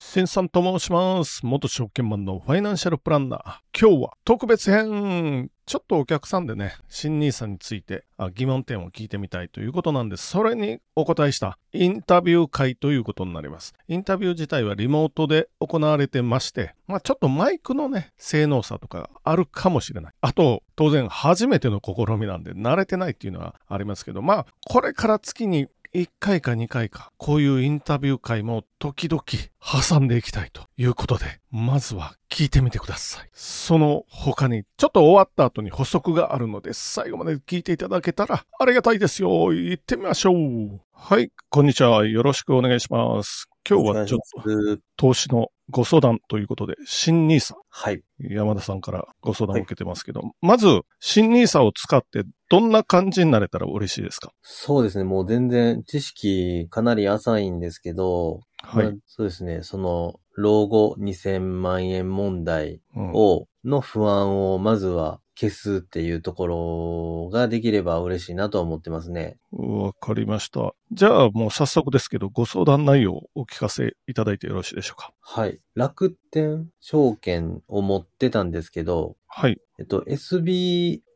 センさんと申します。元証券マンのファイナンシャルプランナー。今日は特別編ちょっとお客さんでね、新 NISA についてあ疑問点を聞いてみたいということなんです、それにお答えしたインタビュー会ということになります。インタビュー自体はリモートで行われてまして、まあちょっとマイクのね、性能差とかがあるかもしれない。あと、当然初めての試みなんで慣れてないっていうのはありますけど、まあこれから月に1回か2回か、こういうインタビュー会も時々挟んでいきたいということで、まずは聞いてみてください。その他に、ちょっと終わった後に補足があるので、最後まで聞いていただけたらありがたいですよ。行ってみましょう。はい、こんにちは。よろしくお願いします。今日はちょっおと願いします投資のご相談ということで、新ニーサはい。山田さんからご相談を受けてますけど、まず、新ニーサを使ってどんな感じになれたら嬉しいですかそうですね。もう全然知識かなり浅いんですけど、はい。まあそうですね。その、老後2000万円問題うんを、の不安をまずは消すっていうところができれば嬉しいなとは思ってますね。わかりました。じゃあもう早速ですけど、ご相談内容をお聞かせいただいてよろしいでしょうか。はい。楽天証券を持ってたんですけど、はい。えっと、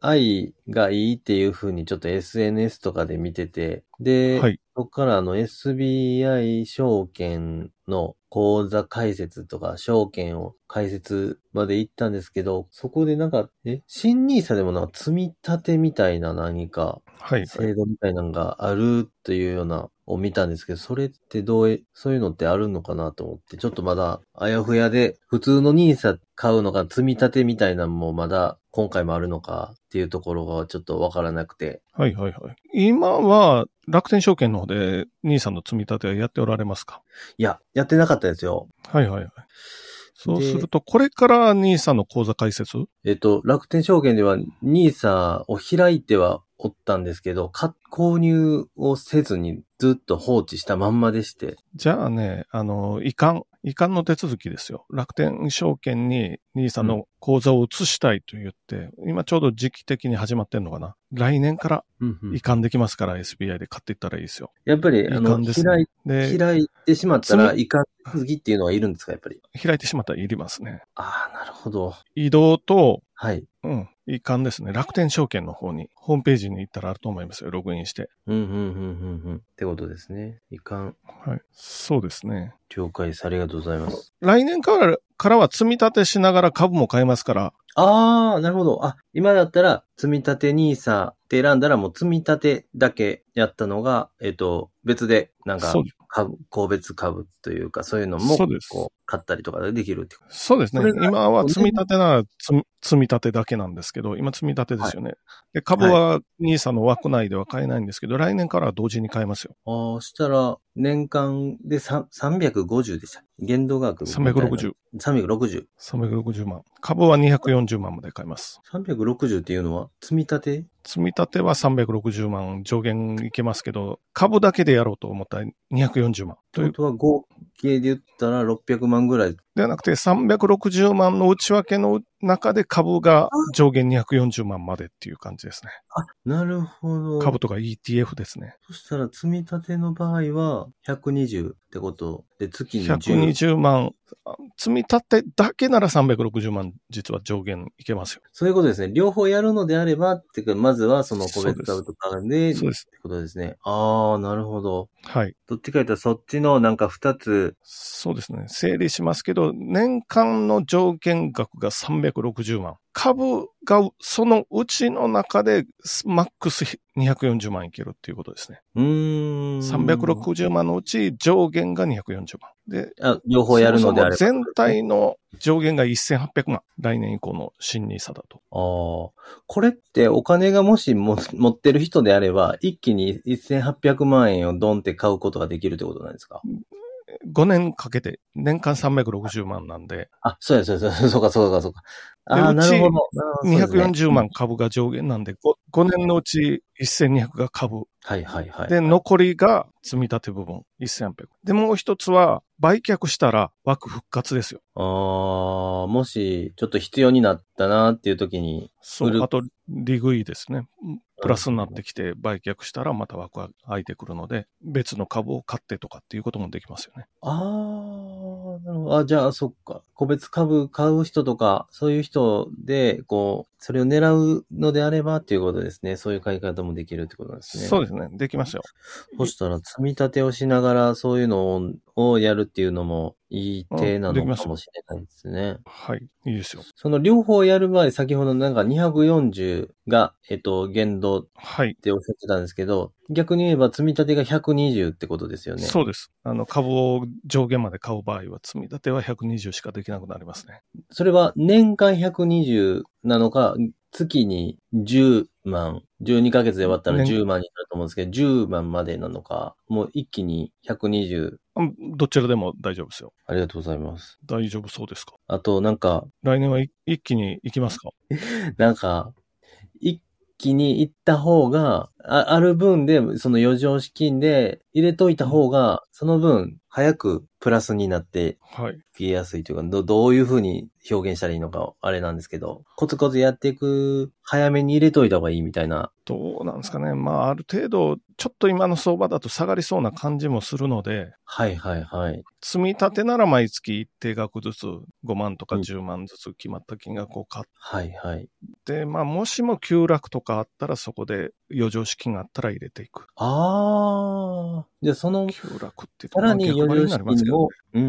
SBI がいいっていう風にちょっと SNS とかで見てて、で、はい。そこからあの SBI 証券の口座開設とか証券を開設まで行ったんですけど、そこでなんか、え、新ニーサでもなんか積み立てみたいな何かはい。制度みたいなのがあるというようなを見たんですけど、それってどうえ、そういうのってあるのかなと思って、ちょっとまだあやふやで、普通のニーサ買うのか積み立てみたいなのもまだ今回もあるのかっていうところがちょっとわからなくて、はい。はい。はい。今は楽天証券の方で兄さんの積み立てはやっておられますかいや、やってなかったですよ。はい。はい。はい。そうですると、これから兄さんの口座開設えっと、楽天証券では NISA を開いてはおったんですけど、か購入をせずにずっと放置したまんまでして。じゃあね、あの、移管、移管の手続きですよ。楽天証券に兄さんの口座を移したいと言って、今ちょうど時期的に始まってんのかな来年から移管できますから、SBI で買っていったらいいですよ。やっぱり、移あの、管です開いね。で開いてしまったら、ついかんすぎっていうのはいるんですか、やっぱり。開いてしまったらいりますね。ああ、なるほど。移動と、はい。うん、移管ですね。楽天証券の方に、ホームページに行ったらあると思いますよ。ログインして。うん、うん、うん、うん、うん。ってことですね。いかん。はい。そうですね。了解です。ありがとうございます。来年から、からは積み立てしながら株も買えますから、ああ、なるほど。あ、今だったら、積み立て NISA って選んだら、もう積み立てだけやったのが、えっと、別で、なんかそう、です株、個別株というか、そういうのも、そうですこう、買ったりとかでできるってこと。そうですねそれ。が今は積み立てなら積み積み立てだけなんですけど、今積み立てですよね。で株は NISA の枠内では買えないんですけど、来年からは同時に買えますよ。ああ、したら、年間でさ350でした。限度額みたいな。 360。 360。 360万。株は240万まで買えます。 360っていうのは、積み立て積み立ては360万上限いけますけど、株だけでやろうと思ったら240万。という本当は合計で言ったら600万ぐらい。ではなくて、360万の内訳の中で株が上限240万までっていう感じですね。なるほど。株とか ETF ですね。そしたら、積み立ての場合は、120ってことで、月に10。 120万。あ積み立てだけなら360万、実は上限いけますよ。そういうことですね。両方やるのであれば、っていうか、まずはそのそ個うで別す株とかで、ってそうです。ことですね。ああ、なるほど。はい。どっちか言ったら、そっちのなんか2つ、そうですね。整理しますけど、年間の上限額が360万。株がそのうちの中で、マックス240万いけるっていうことですね。うーん。 360万のうち上限が240万。で、あ、両方やるのであれば。そもそも全体の上限が1800万。来年以降の新ニーサだと。ああ。これってお金がもしも持ってる人であれば、一気に1800万円をドンって買うことができるってことなんですか5年かけて、年間360万なんで、あ、そうや、そうや、そうやそうか、そうか、そうか。ああ、うちなるほど。あーそうですね240万株が上限なんで、5, 年のうち1200が株。はい、はい、はい。で、残りが積み立て部分、1800。で、もう一つは、売却したら枠復活ですよ。ああ、もし、ちょっと必要になったなっていう時に、そうう。るあと、利食いですね。プラスになってきて、売却したらまた枠が空いてくるので、別の株を買ってとかっていうこともできますよね。ああ、なるほど、あ、じゃあ、そっか。個別株買う人とか、そういう人で、こう、それを狙うのであればっていうことですね。そういう買い方もできるってことなんですね。そうですね。できますよ。そしたら、積み立てをしながら、そういうのををやるっていうのもいい手なうんできまのすかもしれないですね。はい。いいですよ。その両方やる場合、先ほどなんか240が、えっと、限度っはい。ておっしゃってたんですけど、逆に言えば積み立てが120ってことですよね。そうです。あの、株を上限まで買う場合は、積み立ては120しかできなくなりますね。それは年間120なのか、月に10万、12ヶ月で割ったら年10万になると思うんですけど、10万までなのか、もう一気に120、うんどちらでも大丈夫ですよ。ありがとうございます。大丈夫そうですかあと、なんか、来年はい一気に行きますかなんか、一気に行った方が、あある分で、その余剰資金で入れといた方が、その分、早くプラスになってはい。消えやすいというか、どどういうふうに表現したらいいのか、あれなんですけど、コツコツやっていく、早めに入れといた方がいいみたいな。どうなんですかね。まあ、ある程度、ちょっと今の相場だと下がりそうな感じもするので、はいはいはい。積み立てなら毎月一定額ずつ5万とかうん10万ずつ決まった金額を買っはいはい。て、まあ、もしも急落とかあったらそこで余剰資金があったら入れていく。あー。じゃあその急落って言うとさらにまあ逆張余り剰資金を、うんう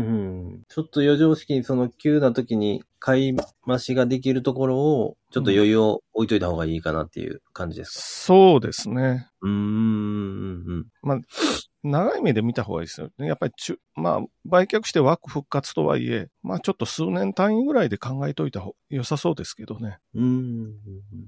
ん。ちょっと余剰資金、その急な時に買い増しができるところを、ちょっと余裕を置いといた方がいいかなっていう感じですか。そうですね。うーん、うんうん。長い目で見た方がいいですよね。やっぱり中、まあ、売却して枠復活とはいえ、まあ、ちょっと数年単位ぐらいで考えといた方が良さそうですけどね。うーん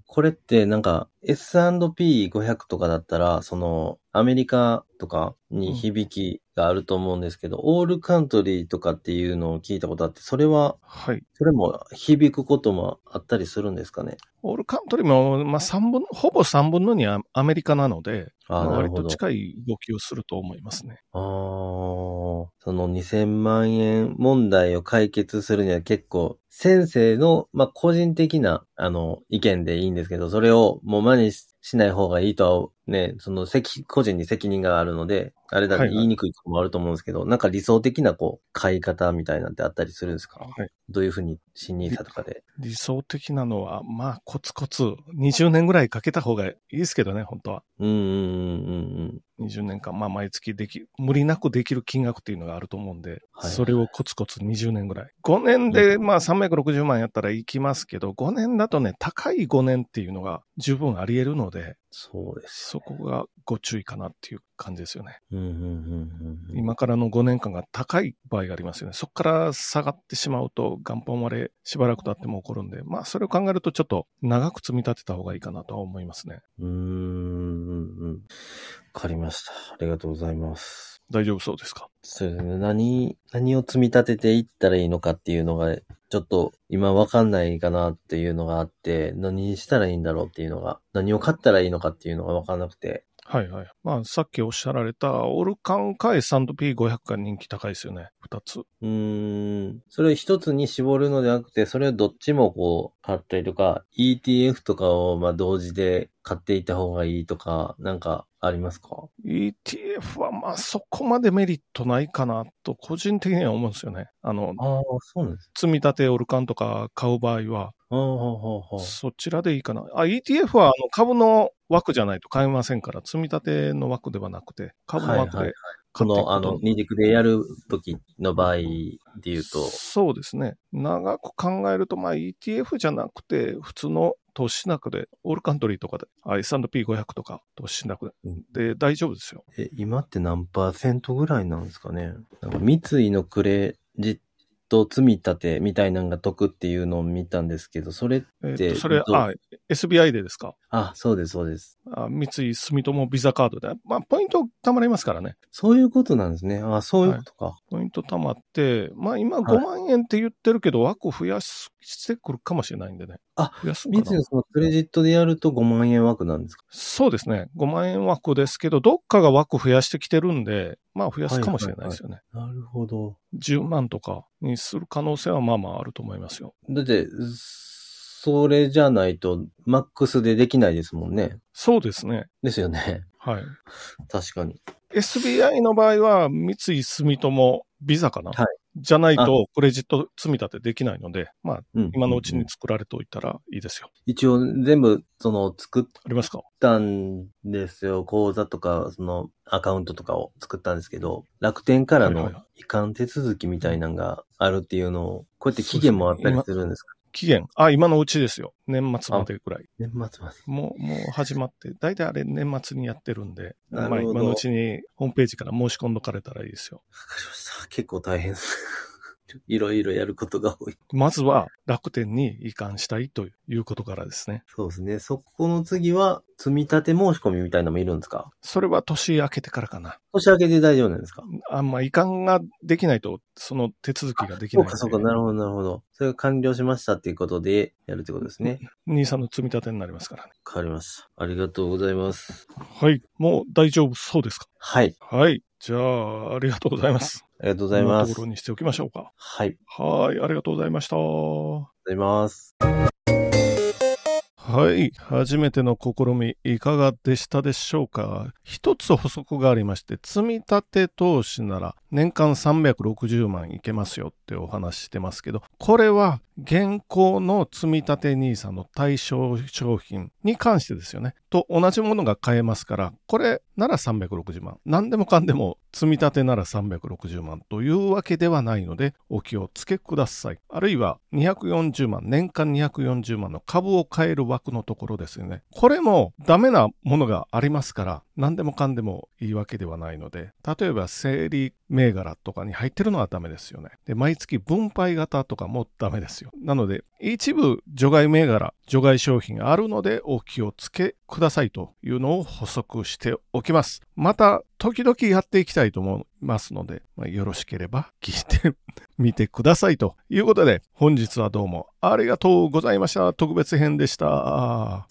これってなんか S&P500 とかだったら、そのアメリカとかに響きがあると思うんですけど、オールカントリーとかっていうのを聞いたことあって、それは、はい。それも響くこともあったりするんですかね。オールカントリーも、まあ、三分、ほぼ3分の2はアメリカなので、ああ、まあなる割ほとど。近い動きをすると思いますね。ああ、その2000万円問題を解決するには結構、先生の、まあ、個人的な、あの、意見でいいんですけど、それをもう真似ししない方がいいとは、ね、その、責個人に責任があるので、あれだはね、いはい言いにくいとこもあると思うんですけど、なんか理想的な、こう、買い方みたいなんてあったりするんですかはい。どういうふうに、新ニーサとかで。理想的なのは、まあ、コツコツ、20年ぐらいかけた方がいいですけどね、本当は。うん、うん、うん、うん。 20年間、まあ、毎月でき、無理なくできる金額っていうのがあると思うんで、はいそれをコツコツ20年ぐらい。5年で、まあ、360万やったらいきますけど、5年だとね、高い5年っていうのが十分あり得るので、そうです。そこがご注意かなっていう感じですよね。うん、うん、うん、うん。今からの5年間が高い場合がありますよね。そこから下がってしまうと、元本割れしばらく経っても起こるんで、まあ、それを考えるとちょっと長く積み立てた方がいいかなとは思いますね。うーん。わかりました。ありがとうございます。大丈夫そうですかそうですね。何、何を積み立てていったらいいのかっていうのが、ちょっと今わかんないかなっていうのがあって、何したらいいんだろうっていうのが、何を買ったらいいのかっていうのがわかんなくて。はいはい。まあ、さっきおっしゃられた、オルカンか S&P500 が人気高いですよね。二つ。うーん。それを一つに絞るのではなくて、それをどっちもこう、買ったりとか、ETF とかをまあ同時で買っていった方がいいとか、なんかありますか ETF はまあそこまでメリットないかなと個人的には思うんですよね。あの、ああ、そうなんです。積み立てオルカンとか買う場合は、ああ、ほうほうほうそちらでいいかな。あ、ETF はあの株の枠じゃないと買えませんから、積み立ての枠ではなくて、株の枠はいはいはでい買こっていくの、こあとの、に二軸でやる時の場合で言うと、そうですね。長く考えると、まあ ETF じゃなくて、普通の投資中で、オールカントリーとかで、あ S&P500 とか投資中うんで、で、大丈夫ですよ。え、今って何パーセントぐらいなんですかねなんか三井のクレジット積み立てみたいなのが得っていうのを見たんですけど、それ、えーっでと、それ、どうあ、SBI でですか。あ、そうです、そうです。あ三井住友ビザカードで。まあ、ポイント貯まりますからね。そういうことなんですね。あ、そういうことか。ポイント貯まって、まあ、今はい5万円って言ってるけど、枠増やしてくるかもしれないんでね。あ、増やすん三か井なのそのクレジットでやると5万円枠なんですかそうですね。5万円枠ですけど、どっかが枠増やしてきてるんで、まあ、増やすかもしれないですよね。なるほど。 10万とかにする可能性はまあまああると思いますよ。だって、それじゃないと、マックスでできないですもんね。そうですね。ですよね。はい。確かに。 SBI の場合は、三井住友、ビザかな、はいじゃないあと、クレジット積み立てできないので、まあ、うん。今のうちんにん。作られておいたらいいですよ。一応、全部、その、作っありますか作ったんですよ。口座とか、そのアカウントとかを作ったんですけど、楽天からはいのはいは移管手続きみたいなのがあるっていうのを、こうやって期限もあったりするんですか期限。あ、今のうちですよ。年末までぐらい。年末まで。もう、もう始まって、大体あれ年末にやってるんで、まなるほどあ今のうちにホームページから申し込んどかれたらいいですよ。わかりました。結構大変です。 いろいろやることが多い。まずは楽天に移管したいということからですね。そうですね。そこの次は、積み立て申し込みみたいなのもいるんですかそれは年明けてからかな。年明けで大丈夫なんですかあんま移管ができないと、その手続きができなそいうのか、で。そうか、なるほど、なるほど。それが完了しましたっていうことで、やるってことですね。兄さんの積み立てになりますからね。わかりました。ありがとうございます。はい。もう大丈夫そうですかはい。はい。じゃあ、ありがとうございます。ありがとうごございまとすこ。ろにしておきましょうか。はい。はい。ありがとうございました。ありがとうございます。はい。初めての試み、いかがでしたでしょうか一つ補足がありまして、積み立て投資なら年間360万いけますよってお話してますけど、これは現行の積み立て NISA の対象商品に関してですよね。と同じものが買えますから、これなら360万。何でもかんでも積み立てなら360万というわけではないので、お気をつけください。あるいは240万、年間240万の株を買える枠のところですよね。これもダメなものがありますから、何でもかんでもいいわけではないので、例えば整理銘柄とかに入ってるのはダメですよね。で、毎月分配型とかもダメですよ。なので、一部除外銘柄、除外商品があるのでお気をつけくださいというのを補足しておきます。また、時々やっていきたいと思いますので、まあよろしければ聞いて見てくださいということで本日はどうもありがとうございました特別編でした。